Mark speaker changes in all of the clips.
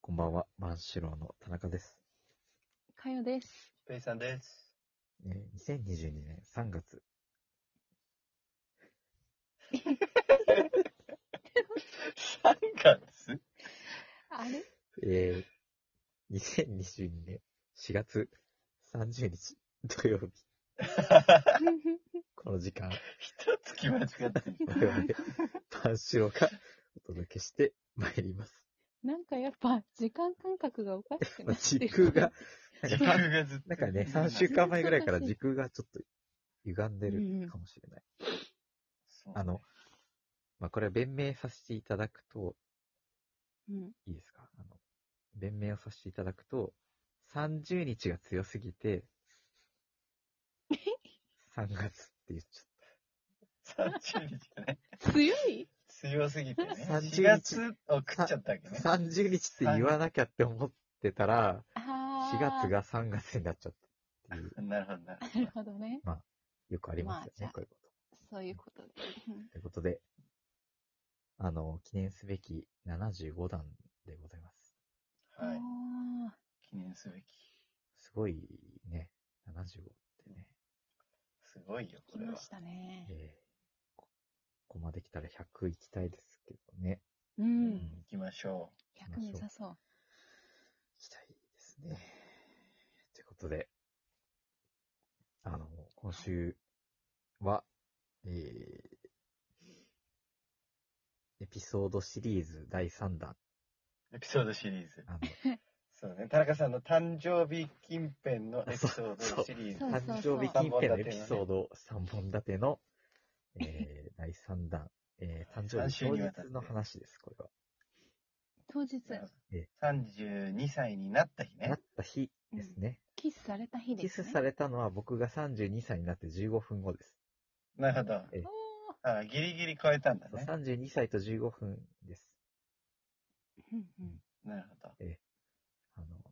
Speaker 1: こんばんは、万志郎の田中です。
Speaker 2: かよです。
Speaker 3: ペイさんです。
Speaker 1: えー2022年3月。
Speaker 3: 3月
Speaker 2: あ れ
Speaker 1: えー、2022年4月30日土曜日。この時間、
Speaker 3: 一月間違ってる。
Speaker 1: 我々、万志郎がお届けしてまいります。
Speaker 2: なんかやっぱ時間感覚がおかしくなって
Speaker 1: 時
Speaker 2: る。
Speaker 1: 空が、なん
Speaker 3: 時
Speaker 1: かさ
Speaker 3: 空がずっと。
Speaker 1: なんかね、3週間前ぐらいから時空がちょっと歪んで
Speaker 2: うんう
Speaker 1: る
Speaker 2: ん
Speaker 1: かもしれない。
Speaker 3: そう
Speaker 1: あの、まあ、これは弁明させていただくと、
Speaker 2: うん。
Speaker 1: いいですかあの、弁明をさせていただくと、30日が強すぎて、3月って言っち
Speaker 3: 30日がね、
Speaker 2: 強い
Speaker 3: 強すぎてね。
Speaker 1: 30日
Speaker 3: 4月を食っちゃったわけ
Speaker 1: ゃっ
Speaker 3: ね。
Speaker 1: た。30日って言わなきゃって思ってたら、
Speaker 2: ああ。
Speaker 1: 4月。が3月になっちゃったっていう、
Speaker 3: なるほどなる
Speaker 2: な
Speaker 3: ほ
Speaker 2: る
Speaker 3: ど。
Speaker 2: ほどね。
Speaker 1: よくありますよね、
Speaker 2: まあじゃあ
Speaker 1: こういうこ
Speaker 2: そういうことで。うん
Speaker 1: と。ということで、あの、記念すべき75弾でございます。
Speaker 3: は
Speaker 2: あ。
Speaker 3: い
Speaker 2: ー
Speaker 3: 記念すべき。
Speaker 1: すごいね、75ってね。
Speaker 3: すごいよ、こ
Speaker 2: 来
Speaker 3: れは
Speaker 2: ま。したね。
Speaker 1: えーこここまで来たら100行きたいですけどね。
Speaker 2: う
Speaker 3: うん行。きましょ
Speaker 2: 100目指そう。
Speaker 1: 行きたいですね。ということで、あの、今週は、えー、エピソードシリーズ第3弾。
Speaker 3: う。エピソードシリーズ。
Speaker 1: あ
Speaker 3: そうね。田中さんの誕生日近辺のエピソードシリー
Speaker 2: そう
Speaker 1: の、
Speaker 3: ズ。
Speaker 1: 誕生日
Speaker 2: そう
Speaker 3: そう
Speaker 1: 近辺のエピソード3本立ての、
Speaker 2: ね
Speaker 1: え ー、第3弾。えー、誕生
Speaker 3: 三
Speaker 1: 日
Speaker 3: 週
Speaker 1: 当
Speaker 3: にわたっ
Speaker 1: 日
Speaker 3: て
Speaker 1: の話です、これは。
Speaker 2: 当日、
Speaker 3: 32歳になった日
Speaker 1: な
Speaker 3: ね
Speaker 1: っ。た日ですね。
Speaker 2: キスされた日
Speaker 1: キ
Speaker 2: です、
Speaker 1: ス
Speaker 2: ね。
Speaker 1: されたのは僕が32歳になって15分後です。
Speaker 3: なるほど。
Speaker 1: え
Speaker 2: おー
Speaker 3: あギリギリ超えたんだね。
Speaker 1: 32歳と15分です。
Speaker 2: うんうん
Speaker 3: なるほど。
Speaker 1: あの、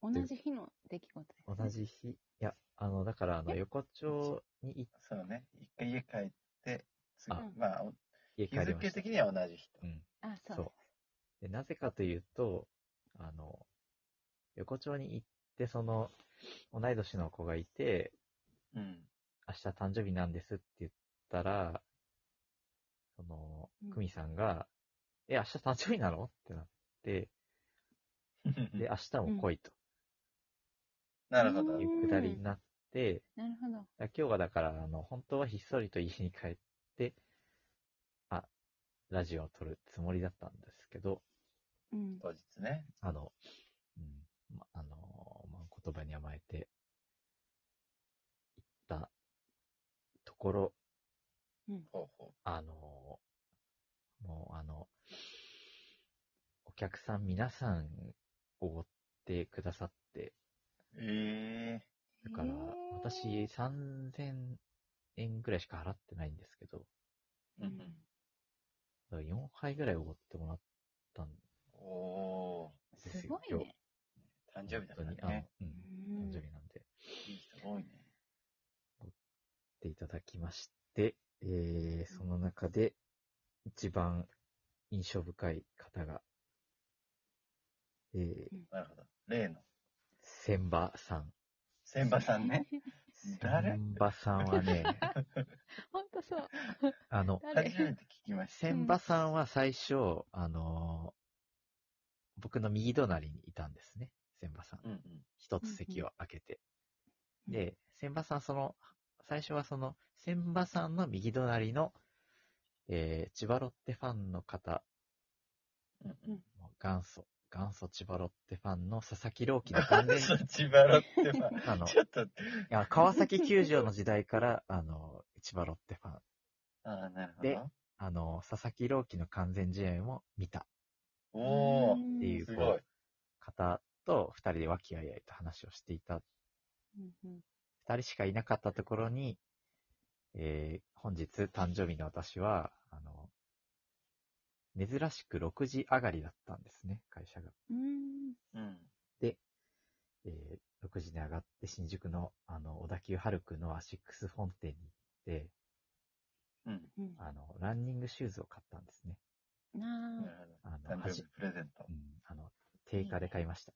Speaker 2: 同じ日の出来事です、ね。
Speaker 1: 同。じ日、いや、あの、だから、あの、
Speaker 2: え
Speaker 1: 横丁に行っ
Speaker 3: そうね。一回家帰って、次
Speaker 1: あ
Speaker 3: まあ、お
Speaker 1: て
Speaker 3: 日
Speaker 1: 帰りま
Speaker 3: 付
Speaker 1: した。
Speaker 3: 的には同じ人。
Speaker 1: うん。
Speaker 2: あ、そう。
Speaker 1: そうで、なぜかというと、あの、横丁に行って、その、同い年の子がいて、
Speaker 3: うん。
Speaker 1: 明日誕生日なんですって言ったら、その
Speaker 2: うん、
Speaker 1: 久美さんが、え、明日誕生日なのってなって、 で、明日も来いと
Speaker 3: なるほど
Speaker 2: う
Speaker 1: い
Speaker 2: ん。
Speaker 1: うくだりになって、
Speaker 2: なるほど。
Speaker 1: だから今日はだから、あの、本当はひっそりと家に帰って、あ、ラジオを撮るつもりだったんですけど、
Speaker 2: うん。
Speaker 3: 当日ね。
Speaker 1: あの、うん、ま、あの、まあ、言葉に甘えて、行ったところ、
Speaker 2: うん。
Speaker 3: ほうほ
Speaker 1: あの、もうあの、お客さん皆さんおごってくださって、
Speaker 3: う。ええ
Speaker 1: だから
Speaker 2: へー、
Speaker 1: 私3000円ぐらいしか払ってないんですけど、
Speaker 2: う
Speaker 3: うん
Speaker 2: ん。
Speaker 1: だから4杯ぐらいおごってもらったん
Speaker 3: お
Speaker 1: です
Speaker 2: す
Speaker 1: よ
Speaker 2: ごいね。
Speaker 3: ー、誕生日だか
Speaker 1: 本当
Speaker 3: ら
Speaker 1: に
Speaker 3: ね。
Speaker 1: あのう
Speaker 2: う
Speaker 1: んん、誕生日なんで。
Speaker 3: いい人多いね。
Speaker 1: っていただきまして、えー、その中で、一番印象深い方が、えー、
Speaker 3: なるほど。例の、
Speaker 1: 千葉さん。
Speaker 3: 千葉さ んね。誰
Speaker 1: 千葉さんは ね、
Speaker 2: ほんとそう。
Speaker 1: あの、
Speaker 3: 初
Speaker 2: 誰
Speaker 3: めて聞きまし
Speaker 1: 千葉さんは最初、あのー僕の右隣にいたんですね、千葉さん
Speaker 3: た。。うんうん。
Speaker 1: 一つ席を空けて。
Speaker 2: うん
Speaker 1: で、千葉さん、その、最初はその、千葉さんの右隣の、えー、千葉ロッテファンの方、
Speaker 3: うんうん
Speaker 1: 元祖、元祖千葉ロッテファンの佐々木朗希の完 全
Speaker 3: そっちばらってば、
Speaker 1: あの、い
Speaker 3: ちょっと、
Speaker 1: や川崎球場の時代から、あの、千葉ロッテファン。
Speaker 3: ああ、なるほ
Speaker 1: で
Speaker 3: ど。
Speaker 1: あの、佐々木朗希の完全試合も見た
Speaker 3: おー、
Speaker 1: っていう
Speaker 3: す
Speaker 1: こ
Speaker 3: ごい。
Speaker 1: 方と、二人で和気あいあいと話をしていた。
Speaker 2: うんうん
Speaker 1: 二人しかいなかったところに、えー、本日誕生日の私は、あの、珍しく6時上がりだったんですね、会社が。
Speaker 2: うん。
Speaker 3: うん。
Speaker 1: えー6時に上がって新宿の、あの、小田急ハルクのアシックス本店に行って、
Speaker 3: うん。
Speaker 2: うん。
Speaker 1: あの、ランニングシューズを買ったんですね。
Speaker 2: な
Speaker 3: な
Speaker 2: あ
Speaker 3: る
Speaker 1: あ
Speaker 3: ほど。
Speaker 1: の、
Speaker 3: 誕プレゼント
Speaker 1: う。ん、あの、定価で買いました。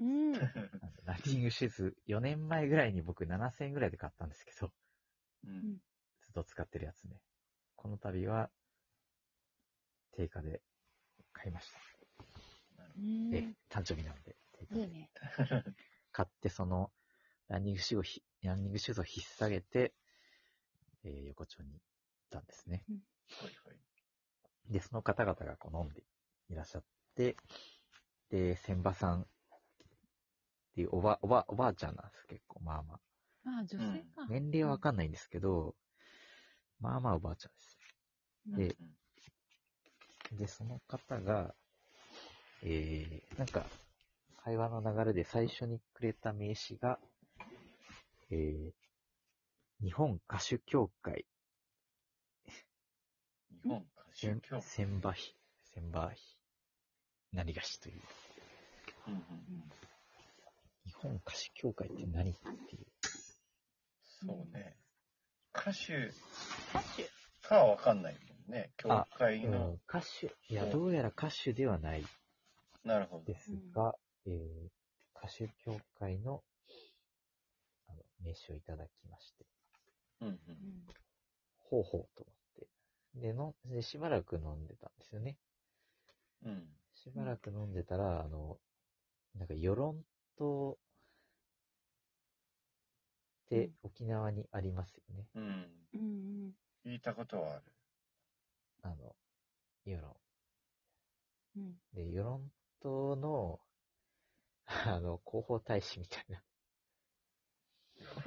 Speaker 2: うん。
Speaker 1: なんかランニングシューズ、4年前ぐらいに僕7000円ぐらいで買ったんですけど、
Speaker 3: うん。
Speaker 1: ずっと使ってるやつね。この度は、定価で買いました。
Speaker 2: うん。
Speaker 1: ええ、誕生日なので、定価
Speaker 2: いい
Speaker 1: で
Speaker 2: ね。
Speaker 1: 買って、その、ランニングシューズをひ、ランニングシューズを引っ提げて、えー横丁に行ったんですね。
Speaker 3: ほいほい。
Speaker 1: で、その方々が好んでいらっしゃって、で、千葉さんっていうおば、おば、おばあちゃんなんです、結構。まあま
Speaker 2: ああ、女性か
Speaker 1: あ。。年齢はわかんないんですけど、まあまあおばあちゃんです。
Speaker 2: うん
Speaker 1: で、で、その方が、えー、なんか、会話の流れで最初にくれた名刺が、えー、日本歌手協会、
Speaker 3: 日本歌手
Speaker 1: 千
Speaker 3: 協会。
Speaker 1: 千葉市、千葉市、何がしという。
Speaker 3: うんうん
Speaker 1: 日本歌手協会って何っていう。
Speaker 3: うんそうね。歌手
Speaker 2: 歌手。
Speaker 3: かはわかんないもんね。協
Speaker 1: あ
Speaker 3: 会
Speaker 1: う
Speaker 3: の
Speaker 1: ん。歌手、いや、
Speaker 3: そう
Speaker 1: どうやら歌手ではない
Speaker 3: なるほど
Speaker 1: で。すが、えー、歌手協会の、あの、名刺をいただきまして、
Speaker 3: うんうん。
Speaker 2: うん
Speaker 1: ほうほうと思って。で、の、で、しばらく飲んでたんですよね。
Speaker 3: うん。
Speaker 1: しばらく飲んでたら、あの、なんか、与論島って沖縄にありますよね。
Speaker 3: うん。
Speaker 2: うん
Speaker 3: 聞いたことはある。
Speaker 1: あの、与論。
Speaker 2: うん。うん。
Speaker 1: で、与論島の、あの、広報大使みたいな、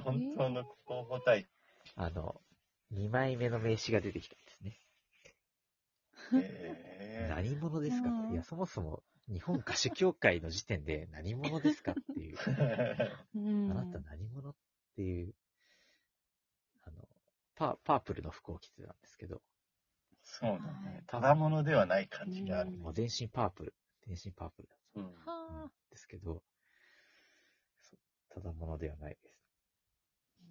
Speaker 3: 本当の候補対
Speaker 1: あの、2枚目の名刺が出てきたんですね。
Speaker 3: え
Speaker 1: 何者ですか
Speaker 2: う
Speaker 1: と。
Speaker 2: ん
Speaker 1: いや、そもそも、日本歌手協会の時点で何者ですかっていう。
Speaker 3: ー
Speaker 2: うん。
Speaker 1: あなた何者っていう、あの、パパープルの服を着てたんですけど、
Speaker 3: そうなんだね。ただものではない感じがある。
Speaker 1: もう全身パープル、全身パープルだった
Speaker 3: うん。
Speaker 2: はあ。
Speaker 1: ですけど、そうただものではないです。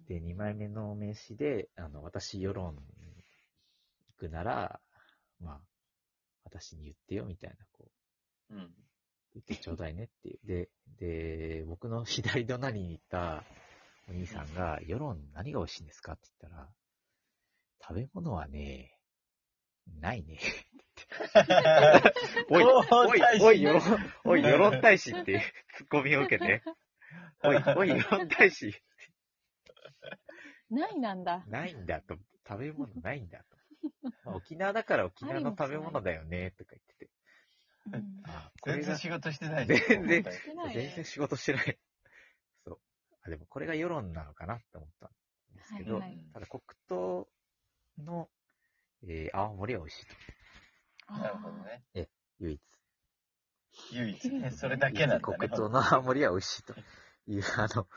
Speaker 1: で、2枚目の名刺で、あの、私、世論に行くなら、まあ、私に言ってよ、みたいな、こう、
Speaker 3: うん。
Speaker 1: 言ってちょうだいねっていう。で、で、僕の左隣にいたお兄さんが、世論何が美味しいんですかって言ったら、食べ物はね、ないね。おい、おい、おい、世論、おい、世論大使っていう ツッコミを受けて、 おい、おい、世論大使、
Speaker 2: ないなんだ。
Speaker 1: ないんだと、食べ物ないんだと。まあ沖縄だから沖縄の食べ物だよね、とか言ってて。
Speaker 2: うん
Speaker 1: あこれ
Speaker 3: 全
Speaker 1: が
Speaker 3: 然仕事してない。
Speaker 1: 全然
Speaker 2: してない
Speaker 1: 全然
Speaker 2: ね。
Speaker 1: 仕事してない。 そう。あ、でもこれが世論なのかなって思ったんですけど、
Speaker 2: はいはい
Speaker 1: ただ黒糖の、えー、青森は美味しいと。
Speaker 3: なるほどね。
Speaker 1: 唯一。
Speaker 3: 唯一ね。それだけなんだね
Speaker 1: 黒。糖の青森は美味しいという、あの、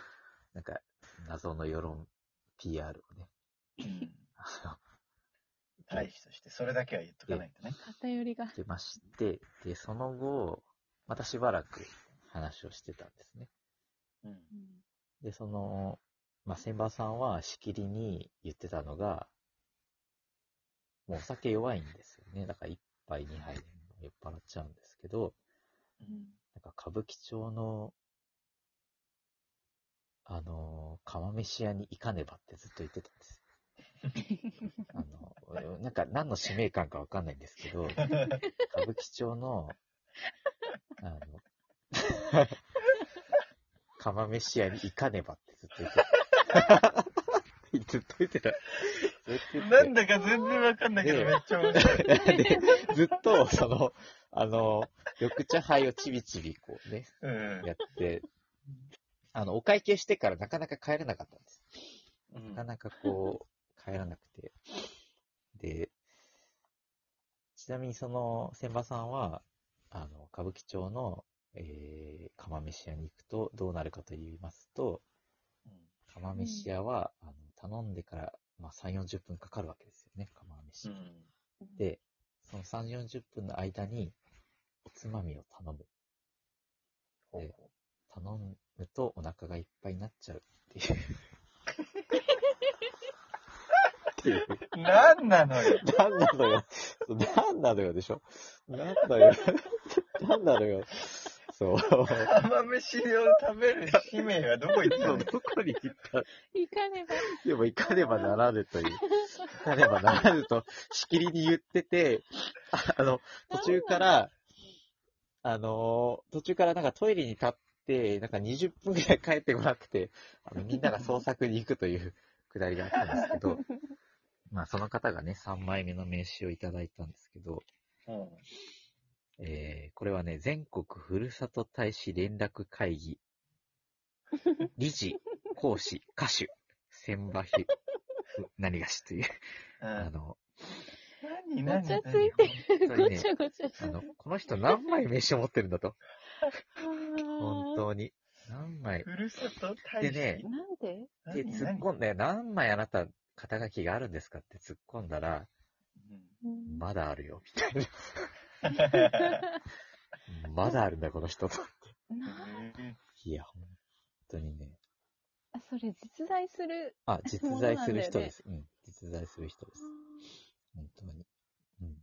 Speaker 1: なんか、謎の世論 PR をね。
Speaker 3: うん
Speaker 1: あ
Speaker 3: 大使として、それだけは言っとかないとね。
Speaker 2: あー偏りが
Speaker 1: の。受けまして、で、その後、またしばらく話をしてたんですね。
Speaker 3: うん。
Speaker 2: うん
Speaker 1: で、その、まあ、千葉さんはしきりに言ってたのが、もうお酒弱いんですよね。だから一杯二杯で酔っ払っちゃうんですけど、
Speaker 2: うん
Speaker 1: なんか歌舞伎町の、あのー、釜飯屋に行かねばってずっと言ってたんです。あの、俺なんか何の使命感かわかんないんですけど、 歌舞伎町の、あの、釜飯屋に行かねばってずっと言ってた。ずっと言ってた。ずっと言ってて
Speaker 3: なんだか全然わかんないけど、めっちゃ面白 い。
Speaker 1: で、ずっと、その、あの、緑茶杯をちびちびこうね、
Speaker 3: うん
Speaker 1: やって、あの、お会計してからなかなか帰れなかったんです。
Speaker 3: うん
Speaker 1: なかなかこう、帰らなくて。で、ちなみにその、千葉さんは、あの、歌舞伎町の、えー、釜飯屋に行くとどうなるかと言いますと、釜飯屋は、あの頼んでから、まあ、3、40分かかるわけですよね、釜飯。
Speaker 3: うん
Speaker 1: で、その3、40分の間に、おつまみを頼む。
Speaker 3: ほうほう
Speaker 1: 頼むと お腹がいっぱいになっちゃうっていう。っていう。
Speaker 3: なんなのよ。
Speaker 1: なんなのよ。なんなのよでしょ。なんだよ。なんなのよ。そう。
Speaker 3: 釜飯を食べる使命はどこ行った
Speaker 1: そ
Speaker 3: の
Speaker 1: うどこに行った
Speaker 2: 行かねば。
Speaker 1: でも行かねばならぬという。行かねばならぬと、しきりに言ってて、ああの、途中から、あのー途中からなんかトイレに立って、なんか20分ぐらい帰ってこなくて、あのみんなが捜索に行くというくだりがあったんですけど、まあその方がね、3枚目の名刺をいただいたんですけど、
Speaker 3: うん
Speaker 1: えーこれはね、全国ふるさと大使連絡会 議、理事、講師、歌手、千葉ひ、何がしという、 あの、
Speaker 3: 何何
Speaker 2: ごちゃつ
Speaker 3: 何
Speaker 2: いて
Speaker 1: 本当
Speaker 2: ご
Speaker 1: にね
Speaker 2: ちゃごちゃし
Speaker 1: あ
Speaker 2: て。
Speaker 1: の、この人何枚名刺持ってるんだ と、本
Speaker 2: 本
Speaker 1: 当に。何枚
Speaker 3: ふ。るさと大使
Speaker 1: でね
Speaker 2: なんで
Speaker 1: で、
Speaker 3: 何
Speaker 1: 突っ
Speaker 3: 何
Speaker 1: 込んで、何枚あなた、肩書きがあるんですかって突っ込んだら、
Speaker 3: うん
Speaker 2: うん
Speaker 1: まだあ るよ、みたいな。まだあるんだ、この人と。
Speaker 2: な
Speaker 1: はいや、本当にね。
Speaker 2: あ、それ実在する。
Speaker 1: あ、実在する人です。うん、実在する人です。本当に。うん。
Speaker 3: うん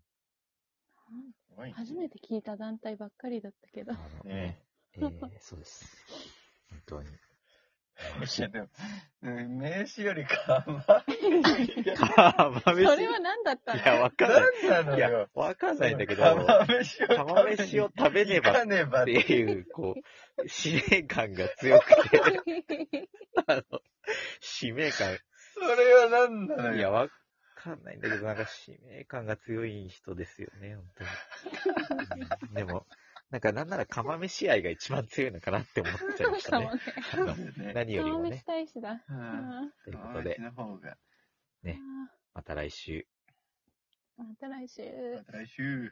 Speaker 2: 初めて聞いた団体ばっかりだったけど。
Speaker 1: あのね
Speaker 3: ね、
Speaker 1: えー、そうです。本当に。
Speaker 3: いやでもうん名刺よりかま
Speaker 1: 釜
Speaker 2: それは何だった
Speaker 1: い
Speaker 2: の
Speaker 1: や、わかんない。
Speaker 3: 何なの
Speaker 1: いや
Speaker 3: よ、
Speaker 1: わかんないんだけど、
Speaker 3: 釜飯を食
Speaker 1: 釜
Speaker 3: べ
Speaker 1: 飯を食べね
Speaker 3: 行か
Speaker 1: ばっ
Speaker 3: ねば
Speaker 1: ていう、こう、使命感が強くて、あの、使命感。
Speaker 3: それは何なの
Speaker 1: いや、
Speaker 3: よ
Speaker 1: わかんないんだけど、なんか使命感が強い人ですよね、本当に。うんでも、なんかなんなら釜飯愛が一番強いのかなって思っちゃいま
Speaker 2: そう
Speaker 1: し
Speaker 2: か
Speaker 1: た
Speaker 2: も
Speaker 1: ね
Speaker 2: ね。。
Speaker 1: あの
Speaker 3: ね
Speaker 1: 何よりも
Speaker 2: 飯
Speaker 1: ね。
Speaker 2: 大使だ。
Speaker 3: う
Speaker 2: うんん
Speaker 1: ということで
Speaker 3: 釜飯、の方が
Speaker 1: ねまた来週。
Speaker 2: また来週。
Speaker 3: また来週